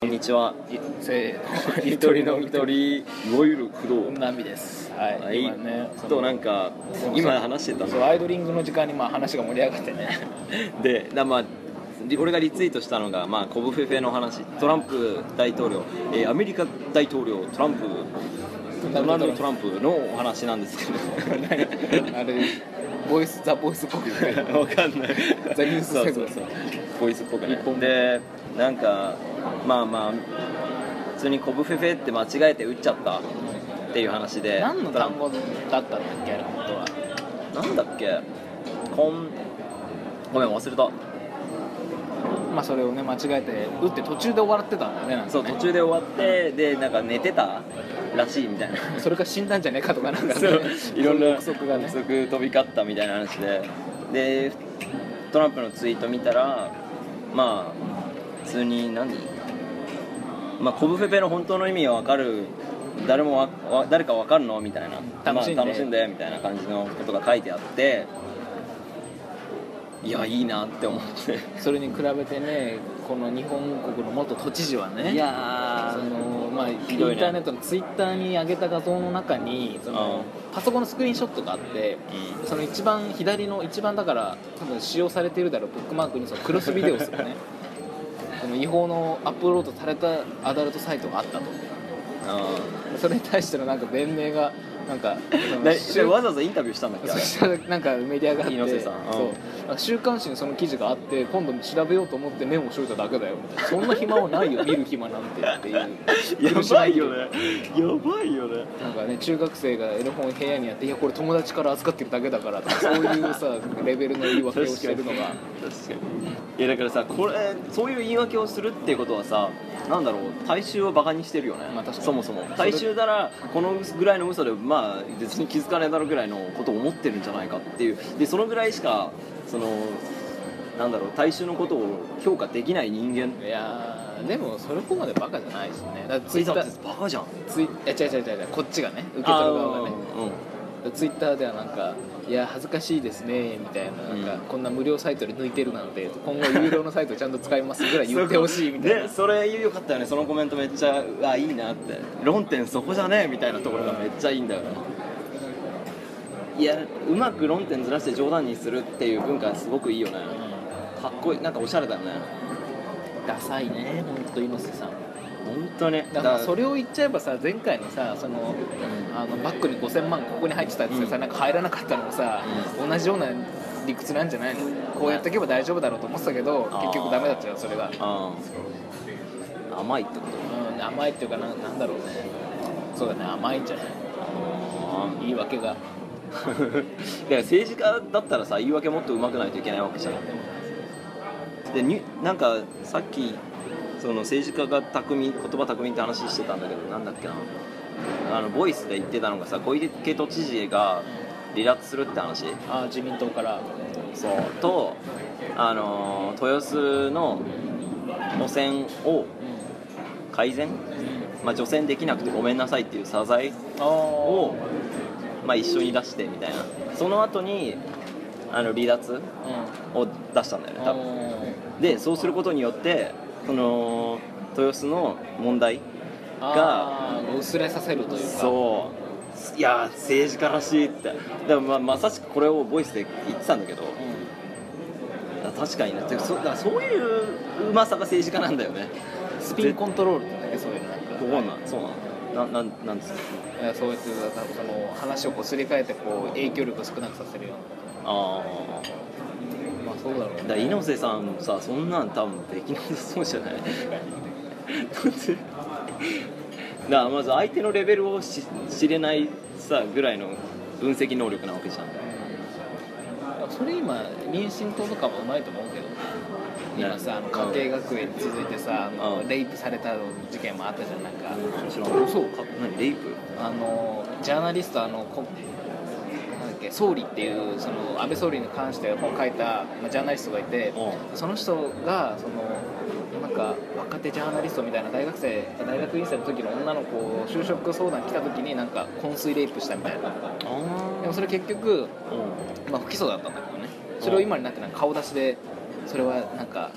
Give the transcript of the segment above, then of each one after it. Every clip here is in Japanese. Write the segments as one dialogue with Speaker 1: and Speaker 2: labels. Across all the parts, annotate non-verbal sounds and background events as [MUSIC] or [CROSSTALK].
Speaker 1: こんにちは、いせー
Speaker 2: [LAUGHS]
Speaker 1: の、ゆとりのゆとり、
Speaker 2: いわゆる不動
Speaker 1: ナミです。はい、
Speaker 2: はい
Speaker 1: 今ね、その
Speaker 2: となんか
Speaker 1: そうそう
Speaker 2: 今話してた
Speaker 1: そう
Speaker 2: の
Speaker 1: アイドリングの時間にまあ話が盛り上がってね。
Speaker 2: [LAUGHS] でだまあリ俺がリツイートしたのが、まあ、コブフェフェの話トランプ大統領、えーアメリカ大統領トランプドナルド・トランプのお話なんですけど
Speaker 1: あれ、ボイスザボイスっぽく言ってる
Speaker 2: [LAUGHS] わかんない
Speaker 1: ザニュース
Speaker 2: そうそうそうボイスっぽくね
Speaker 1: 日本
Speaker 2: でなんかまあまあ普通にコブフェフェって間違えて打っちゃったっていう話で
Speaker 1: 何の
Speaker 2: トラン
Speaker 1: 単語だったんだっけ、あれ本当は。
Speaker 2: なんだっけこんごめん忘れた
Speaker 1: まあそれをね間違えて打って途中で終わってたんだよねなんかね。
Speaker 2: そう途中で終わってでなんか寝てたらしいみたいな
Speaker 1: それか死んだんじゃねえかとかなん
Speaker 2: [LAUGHS]
Speaker 1: かね
Speaker 2: そういろんな
Speaker 1: 憶測がね
Speaker 2: 憶。測飛び交ったみたいな話ででトランプのツイート見たらまあ普通に何まあコブフェペの本当の意味は分かる誰もわわ誰か分かるのみたいな
Speaker 1: 楽しんで
Speaker 2: まあ、楽しんでみたいな感じのことが書いてあっていやいいなって思って
Speaker 1: それに比べてねこの日本国の元都知事はね
Speaker 2: いや
Speaker 1: そのまあ、イン
Speaker 2: どいね
Speaker 1: ターネットのツイッターに上げた画像の中にそのパソコンのスクリーンショットがあって
Speaker 2: ー
Speaker 1: その一番左の一番だから多分使用されているだろうブックマークにそのクロスビデオす
Speaker 2: [LAUGHS]
Speaker 1: るねその違法のアップロードされたアダルトサイトがあったとそれに対してのなんか弁明がなんかその
Speaker 2: で
Speaker 1: 週
Speaker 2: わざわざインタビューしたんだっけあ
Speaker 1: そ
Speaker 2: れ
Speaker 1: したらなんかメディアがあって
Speaker 2: 猪瀬さんうん
Speaker 1: そうなんか週刊誌にその記事があって今度調べようと思ってメモしといただけだよみたいなそんな暇はないよ見る暇なんてっていう
Speaker 2: [LAUGHS] やばいよねやばいよね
Speaker 1: なんかね中学生がエロ本を部屋にあって「いやこれ友達から預かってるだけだから」とかそういうさ [LAUGHS] レベルの言い訳をしてるの
Speaker 2: 確
Speaker 1: が
Speaker 2: かにいやだからさこれそういう言い訳をするっていうことはさなんだろう大衆をバカにしてるよね、
Speaker 1: まあ確かに
Speaker 2: そもそも
Speaker 1: それ
Speaker 2: 大衆ならこのぐらいの嘘でまあ別に気づかねえだろうぐらいのことを思ってるんじゃないかっていうでそのぐらいしかそのなんだろう大衆のことを評価できない人間
Speaker 1: いやーでもそれこまでバカじゃないしねだからツイッタ
Speaker 2: だって
Speaker 1: ー
Speaker 2: バカじゃん受
Speaker 1: ツイいや違う違う違う違うこっちがね受け取る側がね
Speaker 2: うん
Speaker 1: ツイッターではなんか「いや恥ずかしいですね」みたいななんか、
Speaker 2: うん
Speaker 1: こんな無料サイトで抜いてるなんて今後有料のサイトちゃんと使いますぐらい言ってほしいみたいな
Speaker 2: でそれよかったよねそのコメントめっちゃうわいいなって論点そこじゃねえみたいなところがめっちゃいいんだよねいやうまく論点ずらして冗談にするっていう文化すごくいいよねかっこいいなんかおしゃれだよね
Speaker 1: ダサいね本当猪瀬さん
Speaker 2: 本当に
Speaker 1: だからそれを言っちゃえばさ前回のさそのあのバッグに5000万ここに入ってたやつがさ、
Speaker 2: うん
Speaker 1: なんか入らなかったのもさ、同じような理屈なんじゃないのこうやっていけば大丈夫だろうと思ってたけど
Speaker 2: あー
Speaker 1: 結局ダメだったよそれが、
Speaker 2: ああ甘いってこと
Speaker 1: うん、甘いっていうかななんだろうねそうだね甘いんじゃない
Speaker 2: あ
Speaker 1: 言い訳が
Speaker 2: あだから政治家だったらさ言い訳もっと上手くないといけないわけじゃないでになんかさっきその政治家が巧み言葉巧みって話してたんだけどなんだっけなあのボイスで言ってたのがさ小池都知事が離脱するって話
Speaker 1: あー自民党から
Speaker 2: そうとあのー豊洲の路線を
Speaker 1: う
Speaker 2: 改善、まあ、除染できなくてごめんなさいっていう謝罪
Speaker 1: ん、お
Speaker 2: を、まあ、一緒に出してみたいなその後にあの離脱を出したんだよね多分でそうすることによってその豊洲の問題
Speaker 1: が薄れさせるというか
Speaker 2: そういやー政治家らしいってでもまあまさしくこれをボイスで言ってたんだけど
Speaker 1: うん、
Speaker 2: 確かになてかそだからそういううまさが政治家なんだよね
Speaker 1: スピンコントロールって言うんだっけそういうのなんか
Speaker 2: ここなんそうなのなんなんなんですか
Speaker 1: いやそうやって多分その話をこうすり替えてこう影響力を少なくさせるよう
Speaker 2: ああ
Speaker 1: なまあそうだろうね
Speaker 2: だから猪瀬さんもさそんなん多分できなさそうじゃないだってだからまず相手のレベルをし知れないさぐらいの分析能力なわけじゃん
Speaker 1: それ今民進党とかもうまいと思うけど今さあの家庭学園に続いてさあの
Speaker 2: うん
Speaker 1: レイプされた事件もあったじゃんなんか
Speaker 2: 知らん
Speaker 1: そう
Speaker 2: か何レイプ
Speaker 1: あのジャーナリストあのこなんだっけ総理っていうその安倍総理に関して本書いたまあジャーナリストがいて
Speaker 2: う
Speaker 1: その人がそのなんか若手ジャーナリストみたいな大学生大学院生の時の女の子を就職相談来た時になんか昏睡レイプしたみたいなでもそれ結局、
Speaker 2: う
Speaker 1: まあ、不起訴だったんだけどねそれを今になってなんか顔出しでそれはなんか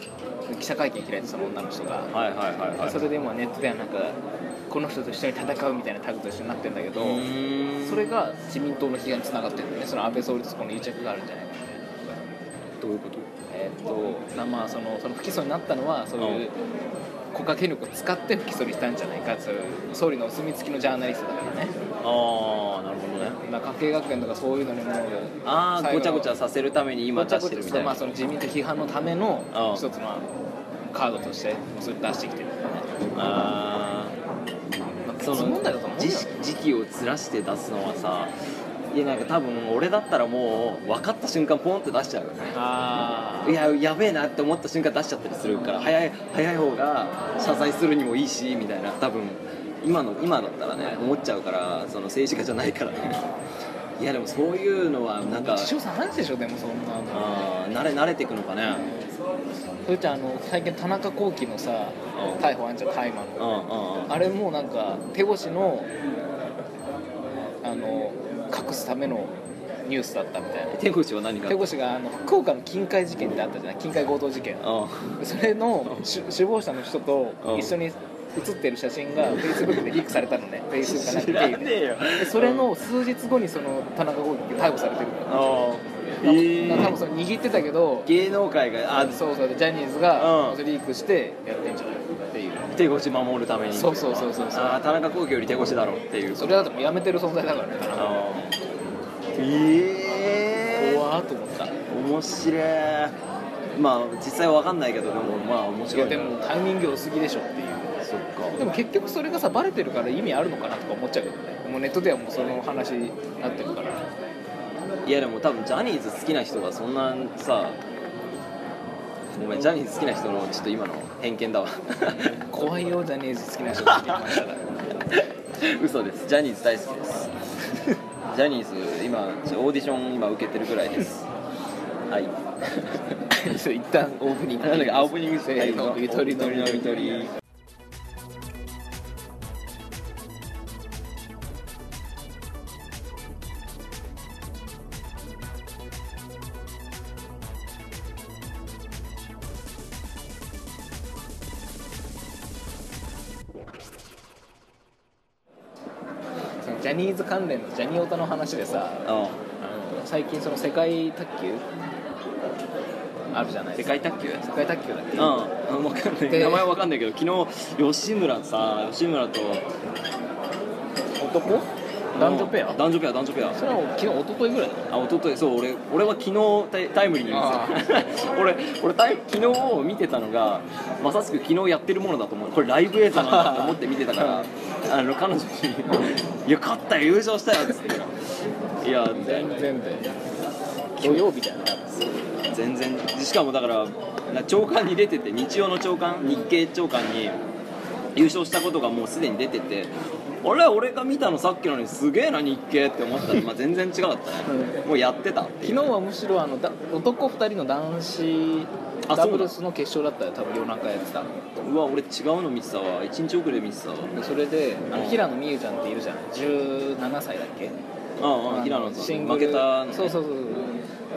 Speaker 1: 記者会見開いてその女の人が、
Speaker 2: はいはいはいはい
Speaker 1: それで今ネットではなんかこの人と一緒に戦うみたいなタグと一緒になってるんだけど、そ
Speaker 2: そ
Speaker 1: れが自民党の批判につながってるんだよねその安倍総理とこの癒着があるんじゃないかみたいな
Speaker 2: どういうこと
Speaker 1: えーっとなまあそのその不起訴になったのはそういう国家権力を使って不起訴にしたんじゃないかそういう総理のお墨付きのジャーナリストだからね
Speaker 2: ああなるほどね
Speaker 1: まあ、家計学園とかそういうのにも
Speaker 2: ああごちゃごちゃ
Speaker 1: さ
Speaker 2: させるために今
Speaker 1: ごちゃ
Speaker 2: 出し
Speaker 1: ごち
Speaker 2: て
Speaker 1: ゃ
Speaker 2: るみ
Speaker 1: そ
Speaker 2: た
Speaker 1: う
Speaker 2: い
Speaker 1: まあ
Speaker 2: な
Speaker 1: その自民党批判のための
Speaker 2: うん
Speaker 1: 一つのカードとしてそれ出してきてるんだよね、
Speaker 2: あ
Speaker 1: まあ、
Speaker 2: ー
Speaker 1: その問題だと思うんだ
Speaker 2: 時
Speaker 1: よ
Speaker 2: 期時期をずらして出すのはさいやなんか多分俺だったらもう分かった瞬間ポンって出しちゃうよね
Speaker 1: あ
Speaker 2: いややべえなって思った瞬間出しちゃったりするから早い早い方が謝罪するにもいいしみたいな多分今の今だったらね思っちゃうからその政治家じゃないからねいやでもそういうのはなんか
Speaker 1: 日常茶飯事でしょでもそんなの
Speaker 2: あー慣れ慣れていくのかね
Speaker 1: それじゃあの最近田中聖のさ
Speaker 2: うん
Speaker 1: 逮捕あんじゃん大麻
Speaker 2: うんう
Speaker 1: の
Speaker 2: んうん
Speaker 1: あれもなんか手越しのあの隠すためのニュースだったみたいな
Speaker 2: 手口は何か
Speaker 1: 手越があの福岡の金塊事件ってあったじゃない金塊強盗事件
Speaker 2: あ
Speaker 1: それのし首謀者の人と
Speaker 2: うん
Speaker 1: 一緒に写ってる写真が Facebook でリークされたのね Facebook かなん
Speaker 2: 知
Speaker 1: から
Speaker 2: ね
Speaker 1: 経由で
Speaker 2: えよ
Speaker 1: でそれの数日後にその田中剛が逮捕されてるのよ
Speaker 2: ああ
Speaker 1: だから多分その握ってたけど
Speaker 2: 芸能界があ
Speaker 1: そうそうでジャニーズが
Speaker 2: うん
Speaker 1: リークしてやってんじゃないっていう
Speaker 2: 手越守るために
Speaker 1: そうそうそうそうそう
Speaker 2: ああ田中幸喜より手越だろうっていう
Speaker 1: それだともうやめてる存在だからね田中
Speaker 2: あーええ
Speaker 1: 怖ーっと思った
Speaker 2: 面白いまあ実際わかんないけどでもまあ面
Speaker 1: い
Speaker 2: 白
Speaker 1: や
Speaker 2: い
Speaker 1: でもタイミング良すぎでしょっていう
Speaker 2: そっ
Speaker 1: で
Speaker 2: か
Speaker 1: も結局それがさバレてるから意味あるのかなとか思っちゃうけどねもうネットではもうその話になってるから
Speaker 2: いやでも多分ジャニーズ好きな人がそんなさごめんジャニーズ好きな人のちょっと今の偏見だわ [LAUGHS]
Speaker 1: 怖いよジャニーズ好きな人って言ってましたら
Speaker 2: 嘘ですジャニーズ大好きです
Speaker 1: [LAUGHS]
Speaker 2: ジャニーズ今ちょオーディション今受けてるぐらいですはい
Speaker 1: [LAUGHS] 一旦オープニング
Speaker 2: なんだっけオープニング
Speaker 1: せーのゆとりの
Speaker 2: ゆとりのゆとり
Speaker 1: そのジャニーズ関連のジャニオタの話でさ
Speaker 2: あ
Speaker 1: あの最近その世界卓球あるじゃない
Speaker 2: 世
Speaker 1: ですか
Speaker 2: 界卓球や
Speaker 1: 世界卓球だっけ
Speaker 2: うん、わかんない
Speaker 1: で
Speaker 2: 名前わかんないけど昨日吉村さ吉村と
Speaker 1: 男男女ペア
Speaker 2: 男女ペア男女ペア
Speaker 1: それは昨日一昨日ぐらいだよ
Speaker 2: あ一昨日そう俺俺は昨日タイタイムリーに見てた [LAUGHS] 俺俺タイ昨日見てたのがまさしく昨日やってるものだと思うこれライブ映像なんだと思って見てた
Speaker 1: [LAUGHS]
Speaker 2: からあの彼女に「いや勝ったよ優勝したよ」っつって「いや
Speaker 1: 全然で土曜日だよね
Speaker 2: 全然しかもだからな朝刊に出てて日曜の朝刊日経朝刊に優勝したことがもうすでに出ててあれ俺が見たのさっきのにすげえな日経って思ったら、まあ、全然違かったねもうやってた
Speaker 1: 昨日はむしろあのだ男2人の男子
Speaker 2: あそう
Speaker 1: ダブルスの決勝だったよ多分夜中やってた
Speaker 2: うわ俺違うの見てたわ1日遅れで見てたわ
Speaker 1: でそれであの
Speaker 2: うん
Speaker 1: 平野美宇ちゃんっているじゃない17歳だっけ
Speaker 2: あああ
Speaker 1: あ
Speaker 2: あ
Speaker 1: の
Speaker 2: 平野さ
Speaker 1: シ
Speaker 2: ん
Speaker 1: ング
Speaker 2: 負
Speaker 1: ル
Speaker 2: けたのね
Speaker 1: そうそうそうそう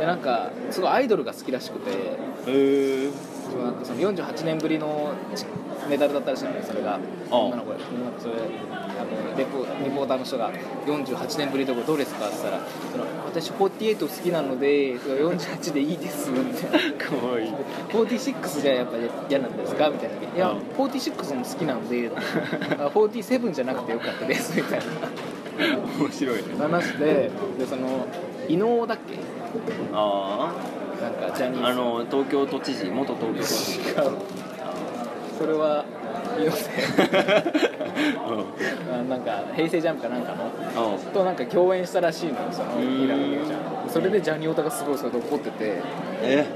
Speaker 1: でなんかすごいアイドルが好きらしくて
Speaker 2: へえ
Speaker 1: なんかその48年ぶりのちメダルだったらしいのねそれが
Speaker 2: あ
Speaker 1: 女の子でなんかそれあのレポリポーターの人が「48年ぶりとかどうですか?」って言ったらその「私48好きなので48でいいです」みたいな。
Speaker 2: かわいい
Speaker 1: 46じゃやっぱ嫌なんですかみたいな時に「いや46も好きなんで」とか「あ47じゃなくてよかったです」みたい
Speaker 2: 面白いね
Speaker 1: な話ででその伊能だっけ
Speaker 2: あ
Speaker 1: なんかジャニ
Speaker 2: ああ
Speaker 1: ーズ
Speaker 2: の東京都知事元東京都
Speaker 1: [LAUGHS]
Speaker 2: 知事
Speaker 1: 違うそれは伊能
Speaker 2: う
Speaker 1: さ
Speaker 2: ん
Speaker 1: んあなんか平成ジャンプかなんかの
Speaker 2: あ
Speaker 1: となんか共演したらしいのよその
Speaker 2: うーん
Speaker 1: イランのちゃんそれでジャニオタがすごいそれで怒ってて
Speaker 2: え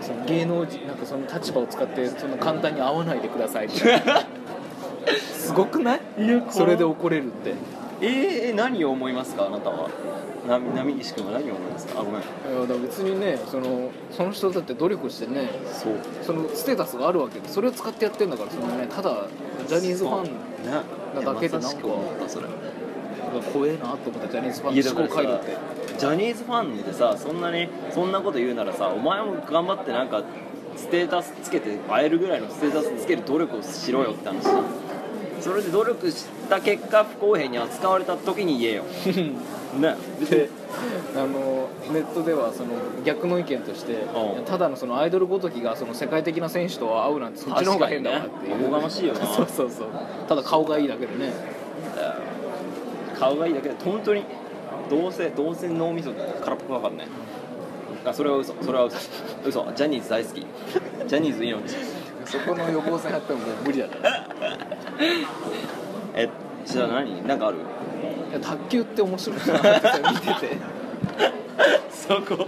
Speaker 1: その芸能人なんかその立場を使ってそんな簡単に会わないでください
Speaker 2: [LAUGHS]
Speaker 1: みたいなすごくない
Speaker 2: いや
Speaker 1: それで怒れるって
Speaker 2: えー、何を思いますかあなたはな波岸君は何を思いますかあごめん
Speaker 1: いやだから別にねそのその人だって努力してね
Speaker 2: そう
Speaker 1: そのステータスがあるわけでそれを使ってやってんだからそのねただジャニーズファン
Speaker 2: ね
Speaker 1: なだけでな
Speaker 2: ま
Speaker 1: んか
Speaker 2: さしく思ったそれ
Speaker 1: うわ怖えなと思ったジャニーズファン
Speaker 2: いや
Speaker 1: の
Speaker 2: だか
Speaker 1: 思
Speaker 2: ら
Speaker 1: 考
Speaker 2: さ
Speaker 1: 回路って
Speaker 2: ジャニーズファンでさそんなにそんなこと言うならさお前も頑張ってなんかステータスつけて会えるぐらいのステータスつける努力をしろよって話それで努力した結果不公平に扱われた時に
Speaker 1: [LAUGHS]
Speaker 2: 言えよね別に
Speaker 1: であのネットではその逆の意見として、
Speaker 2: うん
Speaker 1: ただのそのアイドルごときがその世界的な選手と会うなんてそっちの方が変だわって
Speaker 2: 確
Speaker 1: いう、
Speaker 2: かにねおこがましいよな
Speaker 1: [LAUGHS] そうそうそうただ顔がいいだけでね
Speaker 2: 顔がいいだけで本当にどうせどうせ脳みそ空っぽだからねあそれは嘘それは嘘嘘ジャニーズ大好きジャニーズいいのに
Speaker 1: そこの予防線あってももう無理だから
Speaker 2: えじゃあ何なんかある
Speaker 1: いや卓球って面白いなって見てて
Speaker 2: [LAUGHS] そこ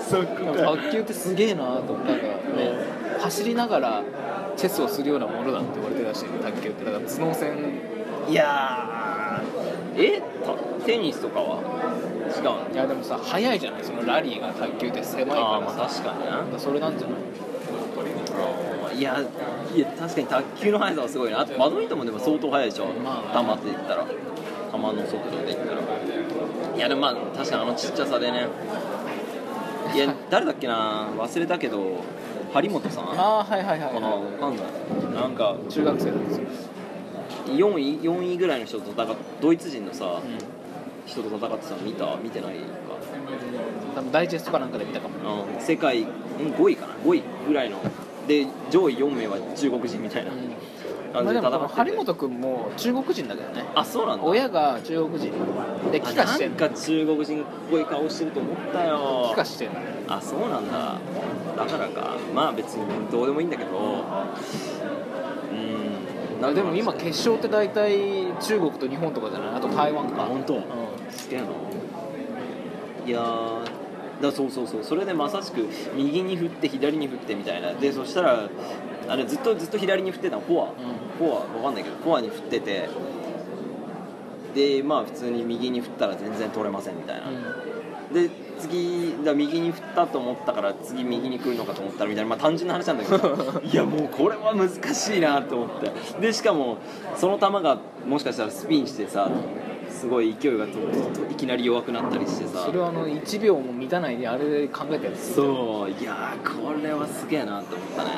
Speaker 2: そこ
Speaker 1: 卓球ってすげえなと思ってなんかね走りながらチェスをするようなものだって言われてたし卓球ってだから頭脳戦
Speaker 2: いやーえたテニスとかは違うの
Speaker 1: いやでもさ速いじゃないそのラリーが卓球って狭いか
Speaker 2: あー
Speaker 1: ら
Speaker 2: ま
Speaker 1: さ
Speaker 2: あ確かにな
Speaker 1: だからそれなんじゃない
Speaker 2: いやいや確かに卓球の速さはすごいなあとバドミントンもでも相当速いでしょ球
Speaker 1: まあ
Speaker 2: って言ったら球の速度で言ったらいやでもまあ確かにあのちっちゃさでねいや誰だっけな忘れたけど張本さんあ
Speaker 1: ああはいはいはい、
Speaker 2: あ
Speaker 1: は
Speaker 2: わかんないなんか
Speaker 1: い、中学生なんですよ、
Speaker 2: 4位4位ぐらいの人と戦っドイツ人のさ
Speaker 1: う
Speaker 2: 人と戦ってたの見た見てないか
Speaker 1: ん、多分ダイジェストかなんかで見たかも
Speaker 2: うん世界5位かな5位ぐらいので上位4名は中国人みたいな
Speaker 1: まあ
Speaker 2: 感じで
Speaker 1: で
Speaker 2: 戦
Speaker 1: も多分
Speaker 2: ってて
Speaker 1: 張本君も中国人だけどね
Speaker 2: あそうなんだ
Speaker 1: 親が中国人で帰化してんの
Speaker 2: なんか中国人がっぽい顔してると思ったよ
Speaker 1: 帰化してんの
Speaker 2: あそうなんだだからかまあ別にどうでもいいんだけどうん
Speaker 1: あでも今
Speaker 2: あ
Speaker 1: 決勝って大体中国と日本とかじゃないあと台湾か
Speaker 2: 本当
Speaker 1: う
Speaker 2: すげえないやーだそうそうそうそれでまさしく右に振って左に振ってみたいなでそしたらあれずっとずっと左に振ってたのフォア、
Speaker 1: ん
Speaker 2: フォアわかんないけどフォアに振っててでまあ普通に右に振ったら全然取れませんみたいな、で次だ右に振ったと思ったから次右に来るのかと思ったらみたいな、まあ、単純な話なんだけ
Speaker 1: [LAUGHS]
Speaker 2: どいやもうこれは難しいなと思ってでしかもその球がもしかしたらスピンしてさすごい勢いがとといきなり弱くなったりして
Speaker 1: うん
Speaker 2: さ
Speaker 1: それはあの1秒も満たないであれで考えたやつ
Speaker 2: そういやーこれはすげえなと思ったね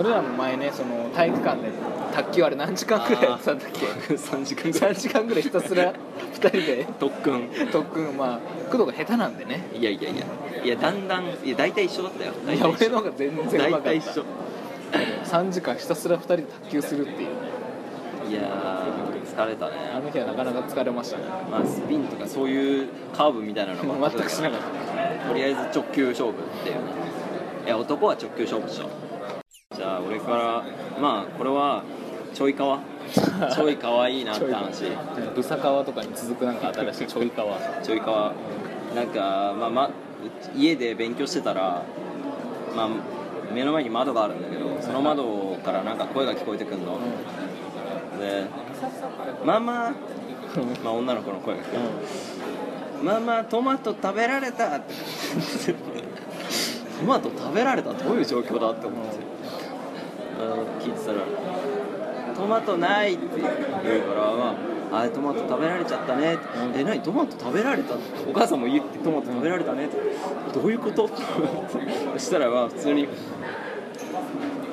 Speaker 1: 俺らの前ねその体育館で卓球あれ何時間くらいやってたんだっけ
Speaker 2: 3時間ぐら
Speaker 1: 3
Speaker 2: い
Speaker 1: 時間ぐらいひたすら2人で
Speaker 2: 特訓
Speaker 1: 特訓まあ工藤が下手なんでね
Speaker 2: いやいやいやいやだんだんいや大体一緒だったよ
Speaker 1: いや俺の方が全然上
Speaker 2: 大
Speaker 1: 手かった
Speaker 2: 体一緒
Speaker 1: 3時間ひたすら2人で卓球するっていう
Speaker 2: いやー疲れたね
Speaker 1: あの日はなかなか疲れましたね
Speaker 2: まあ、スピンとかそういうカーブみたいなの
Speaker 1: も
Speaker 2: は
Speaker 1: う [LAUGHS] 全くしなかった
Speaker 2: とりあえず直球勝負っていうねいや男は直球勝負でしょじゃあ俺からまあこれはちょいか
Speaker 1: [LAUGHS]
Speaker 2: わちょいかわいいなって話
Speaker 1: ブサカワとかに続くなんか新しいちょいかわ
Speaker 2: ちょいかわなんかまあ、ま、家で勉強してたらまあ目の前に窓があるんだけどその窓からなんか声が聞こえてくるので「ママ」まあ女の子の声が聞こえてママトマト食べられたトマト食べられたどういう状況だって思ってあの聞いてたら「トマトない」って言うから「まあ、あトマト食べられちゃったね」
Speaker 1: うん
Speaker 2: え何トマト食べられた?」お母さんも言って「トマト食べられたね」って「どういうこと?」ってそしたらまあ普通に「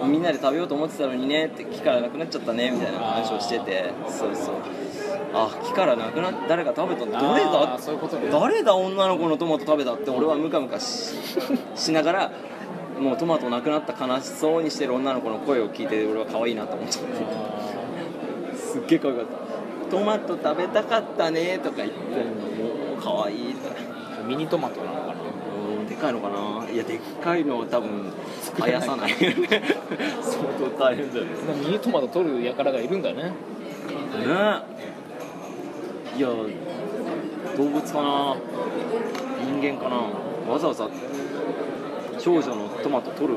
Speaker 2: みんなで食べようと思ってたのにね」って木からなくなっちゃったねみたいな話をしててそうそうあ木からなくなっ誰か食べたのどれだ
Speaker 1: あーそういうことね
Speaker 2: 誰だ女の子のトマト食べたって俺はムカムカ [LAUGHS] ししながらもうトマトなくなった悲しそうにしてる女の子の声を聞いて俺は可愛いなと思っ [LAUGHS] ちゃってすっげえ可愛かったトマト食べたかったねとか言ってもう可愛いと
Speaker 1: ミニトマトなのかな
Speaker 2: うんでかいのかないやでっかいのを多分
Speaker 1: 作
Speaker 2: あ
Speaker 1: れない
Speaker 2: やさないよね [LAUGHS] 相当大変だよね
Speaker 1: でもミニトマト取る輩がいるんだね
Speaker 2: ねいや動物かな人間かなわざわざ少女のトマト取る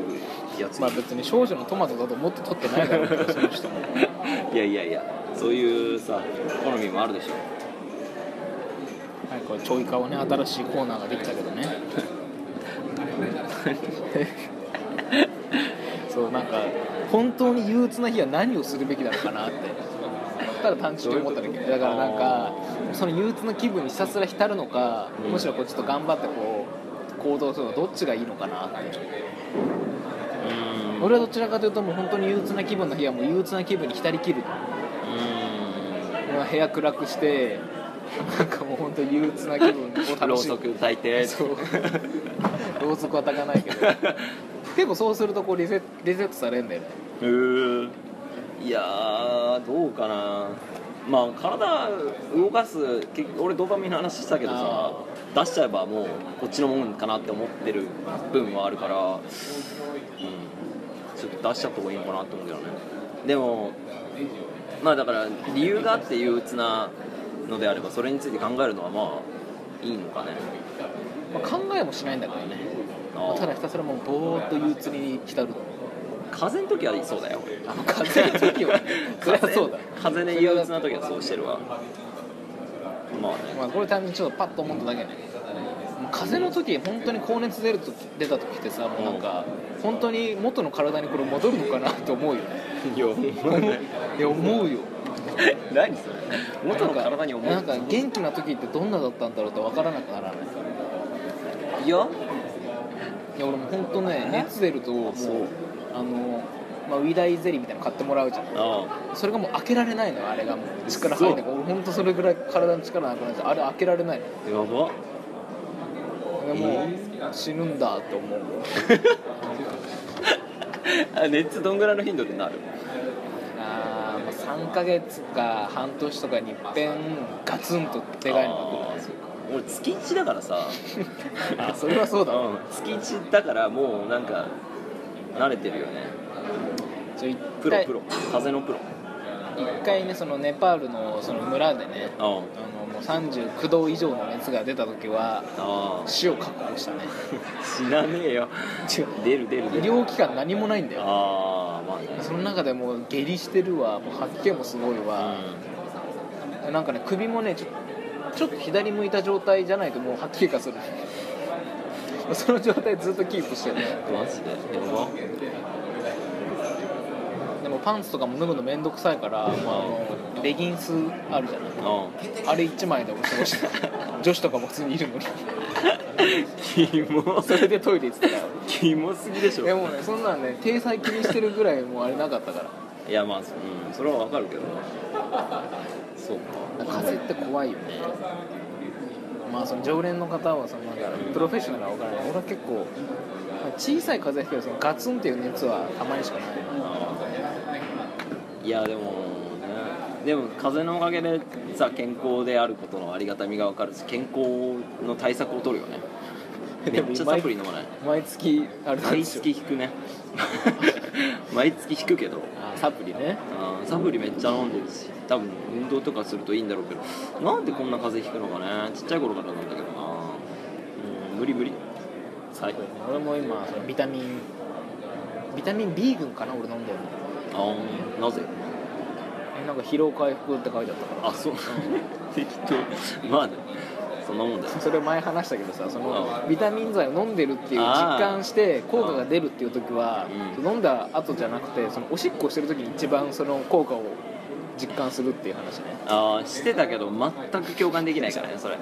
Speaker 2: やつ、
Speaker 1: まあ別に少女のトマトだと思って取ってないだろうけどその人も
Speaker 2: [LAUGHS] いやいやいやそういうさ好みもあるでしょ
Speaker 1: はいこれちょいかわね新しいコーナーができたけど
Speaker 2: [LAUGHS]
Speaker 1: ねそうなんか本当に憂鬱な日は何をするべきなのかなってったら探知って思っただけ
Speaker 2: どういうこと
Speaker 1: だからなんかその憂鬱な気分にひたすら浸るのか、
Speaker 2: うん
Speaker 1: むしろこうちょっと頑張ってこう行動するのどっちがいいのかなって
Speaker 2: うん
Speaker 1: 俺はどちらかというともう本当に憂鬱な気分の日はもう憂鬱な気分に浸りきる俺は部屋暗くしてなんかもう本当に憂鬱な気分を
Speaker 2: ろ
Speaker 1: 楽
Speaker 2: う
Speaker 1: し
Speaker 2: そ
Speaker 1: む
Speaker 2: く焚いて
Speaker 1: そうろうそくはたかないけど結構そうするとこうリセリセットされるんだよね
Speaker 2: うーいやーどうかなまあ体動かす結局俺ドーパミンの話したけどさ
Speaker 1: あ
Speaker 2: 出しちゃえばもうこっちのもんかなって思ってる部分はあるから、うん、ちょっと出しちゃった方がいいのかなって思うけどねでもまあだから理由があって憂鬱なのであればそれについて考えるのはまあいいのかね
Speaker 1: まあ、考えもしないんだけどね、
Speaker 2: あー
Speaker 1: ただひたすらもうぼーっと憂鬱に浸る
Speaker 2: 風邪の時はそうだよ
Speaker 1: あの風の時はそれはそうだ
Speaker 2: [LAUGHS] 風邪で憂鬱な時はそうしてるわまあね
Speaker 1: まあ、これ単純にちょっとパッと思っただけねもう風の時本当に高熱出ると出た時ってさもうなんか本当に元の体にこれ戻るのかなって思うよね
Speaker 2: いや、
Speaker 1: いや思うよ
Speaker 2: [LAUGHS] 何それ元の体に思う
Speaker 1: なんかなんか元気な時ってどんなだったんだろうって分からなくならない
Speaker 2: いや
Speaker 1: いや俺も本当ね
Speaker 2: え
Speaker 1: 熱出るともう
Speaker 2: そう
Speaker 1: あの、まあ、ウイダイゼリーみたいなの買ってもらうじゃん
Speaker 2: あ
Speaker 1: それがもう開けられないのよあれがもう力入んないから俺本当それぐらい体の力なくなっちゃうあれ開けられないの
Speaker 2: あやば
Speaker 1: 俺もう死ぬんだって思う
Speaker 2: あ熱どんぐらいの頻度でなる
Speaker 1: あーまあ3ヶ月か半年とかにいっぺんガツンとでかいの
Speaker 2: あーそうか俺月一だからさ、
Speaker 1: が来るあそれはそうだわ
Speaker 2: うん、月一だからもうなんか慣れてるよね
Speaker 1: ちょ一
Speaker 2: プロ
Speaker 1: 回
Speaker 2: プロ風のプロ
Speaker 1: 一回ねそのネパールのその村でね
Speaker 2: あ
Speaker 1: あのもう39度以上の熱が出た時は
Speaker 2: あ
Speaker 1: 死を覚悟
Speaker 2: [LAUGHS]
Speaker 1: したね
Speaker 2: 知らねえよ
Speaker 1: 違う
Speaker 2: 出る出る
Speaker 1: 医
Speaker 2: 出る
Speaker 1: 療機関何もないんだよ
Speaker 2: ああまあね
Speaker 1: その中でもう下痢してるわもう吐き気もすごいわ、なんかね首もねちょちょっと左向いた状態じゃないともう吐き気がする [LAUGHS] その状態ずっとキープしてね
Speaker 2: うんマジでやば
Speaker 1: でもパンツとかも脱ぐの面倒くさいから、まあ、あのレギンスあるじゃない
Speaker 2: あ
Speaker 1: あれ1枚で俺過ごして [LAUGHS] た女子とかも普通にいるのに
Speaker 2: キモ
Speaker 1: それでトイレ行って [LAUGHS] たか
Speaker 2: キモすぎでし
Speaker 1: ら
Speaker 2: ょ
Speaker 1: いやもうねそんなんね体裁気にしてるぐらいもうあれなかったから
Speaker 2: いやまあ、うん、それはわかるけどそうか
Speaker 1: 風邪って怖いよねまあその常連の方はそのなんかプロフェッショナルは分からない俺は結構まあ小さい風邪ひくけどそのガツンっていう熱はたまにしかない
Speaker 2: いやでもねでも風のおかげでさ健康であることのありがたみがわかるし健康の対策を取るよねめっちゃサプリ飲まない
Speaker 1: 毎月あれなん
Speaker 2: 毎
Speaker 1: ですよ
Speaker 2: 月引くね毎月引くけど
Speaker 1: あサプリね
Speaker 2: あーサプリめっちゃ飲んでるし多分運動とかするといいんだろうけどなんでこんな風邪ひくのかねちっちゃい頃からなんだけどなうん無理無理最高
Speaker 1: 俺も今そのビタミンビタミン B 群かな俺飲んでるの
Speaker 2: あーなぜ
Speaker 1: えなんか疲労回復って書いてあったか
Speaker 2: あそう [LAUGHS] 適当まあねそんなもんだよ
Speaker 1: らそれ前話したけどさその
Speaker 2: う
Speaker 1: ビタミン剤を飲んでるっていう実
Speaker 2: あー
Speaker 1: 感して効果が出るっていう時は
Speaker 2: うん
Speaker 1: 飲んだ後じゃなくてそのおしっこしてる時に一番その効果を実感するっていう話ね
Speaker 2: ああしてたけど全く共感できないからねそれ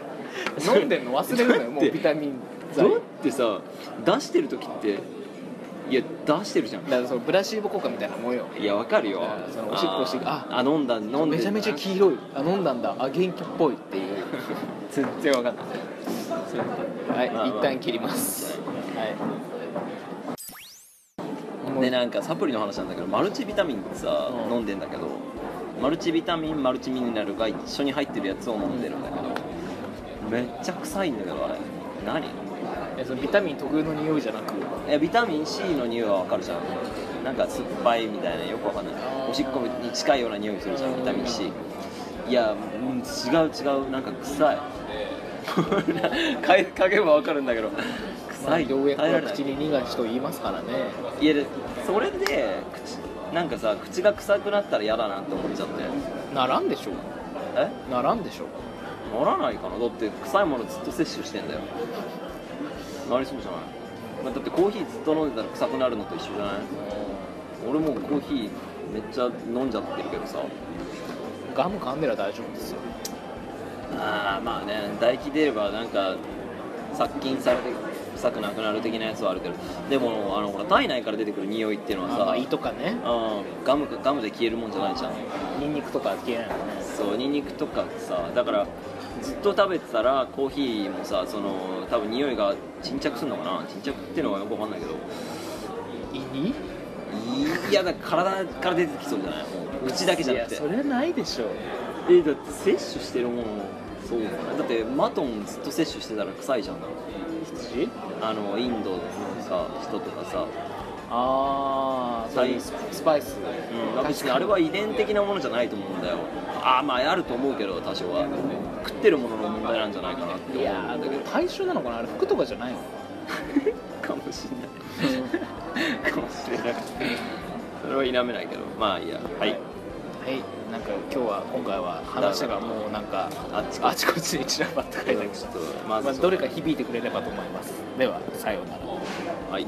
Speaker 1: 飲んでんの忘れるのよもうビタミン剤
Speaker 2: だってさ出してる時っていや出してるじゃ
Speaker 1: だからそのブラシーボ効果みたいなもんよ
Speaker 2: んいやわかるよ
Speaker 1: あーそのおしっこして
Speaker 2: あーあ飲んだ飲んで
Speaker 1: めちゃめちゃ黄色いあ飲んだんだあ元気っぽいっていう
Speaker 2: 全然わかんないそういうこと
Speaker 1: はい
Speaker 2: まあまあ
Speaker 1: 一旦切りますはい
Speaker 2: でなんかサプリの話なんだけどマルチビタミンってさ、
Speaker 1: うん
Speaker 2: 飲んでんだけどマルチビタミンマルチミネラルが一緒に入ってるやつを飲んでるんだけど、めっちゃ臭いんだけどあれ何
Speaker 1: えそのビタミン特有の匂いじゃなく
Speaker 2: えビタミン C の匂いはわかるじゃんなんか酸っぱいみたいなよくわかんない
Speaker 1: あー
Speaker 2: おしっこに近いような匂いするじゃんビタミン C いや、うん、違う違うなんか臭い [LAUGHS] かえかけばわかるんだけど
Speaker 1: まあ
Speaker 2: 臭い
Speaker 1: ようやく
Speaker 2: 耐えら
Speaker 1: は
Speaker 2: れない
Speaker 1: 口に逃がしと言いますからね
Speaker 2: いやでそれで口なんかさ口が臭くなったら嫌だなって思っちゃって
Speaker 1: ならんでしょ
Speaker 2: え
Speaker 1: ならんでしょ
Speaker 2: ならないかなだって臭いものずっと摂取してんだよなりそうじゃない、まあだってコーヒーずっと飲んでたら臭くなるのと一緒じゃない俺もうコーヒーめっちゃ飲んじゃってるけどさ
Speaker 1: ガム噛んでら大丈夫ですよ
Speaker 2: ああまあね唾液出ればなんか殺菌されて臭くなくなる的なやつはあるけどでもあのほら体内から出てくる匂いっていうのは
Speaker 1: あ
Speaker 2: さ
Speaker 1: あ胃とかね
Speaker 2: うんガムかガムで消えるもんじゃないじゃん
Speaker 1: ニンニクとか消えないもんね
Speaker 2: そうニンニクとかさだからずっと食べてたらコーヒーもさその多分匂いが沈着するのかな沈着っていうのがよくわかんないけど
Speaker 1: 胃に
Speaker 2: いやだから体から出てきそうじゃないもう口だけじゃなくて
Speaker 1: いやそれはないでしょう
Speaker 2: えだって摂取してるものそうかなだってマトンずっと摂取してたら臭いじゃん
Speaker 1: 羊
Speaker 2: あのインドのさ人とかさ、
Speaker 1: ああそういうススパイス、
Speaker 2: うん、別にあれは遺伝的なものじゃないと思うんだよああまああると思うけど多少は食ってるものの問題なんじゃないかなって
Speaker 1: い
Speaker 2: 思
Speaker 1: や
Speaker 2: うんだけ
Speaker 1: ー大衆なのかなあれ服とかじゃないの
Speaker 2: どかもしれないかもしれないそれは否めないけどまあいいやはい
Speaker 1: はいなんか今日は今回は話がもうなんか
Speaker 2: あっち
Speaker 1: あちこちに散らばって書いてありまし
Speaker 2: ち
Speaker 1: た
Speaker 2: ょっと
Speaker 1: ま
Speaker 2: まず
Speaker 1: あどれか響いてくれればと思いますではさようなら
Speaker 2: はい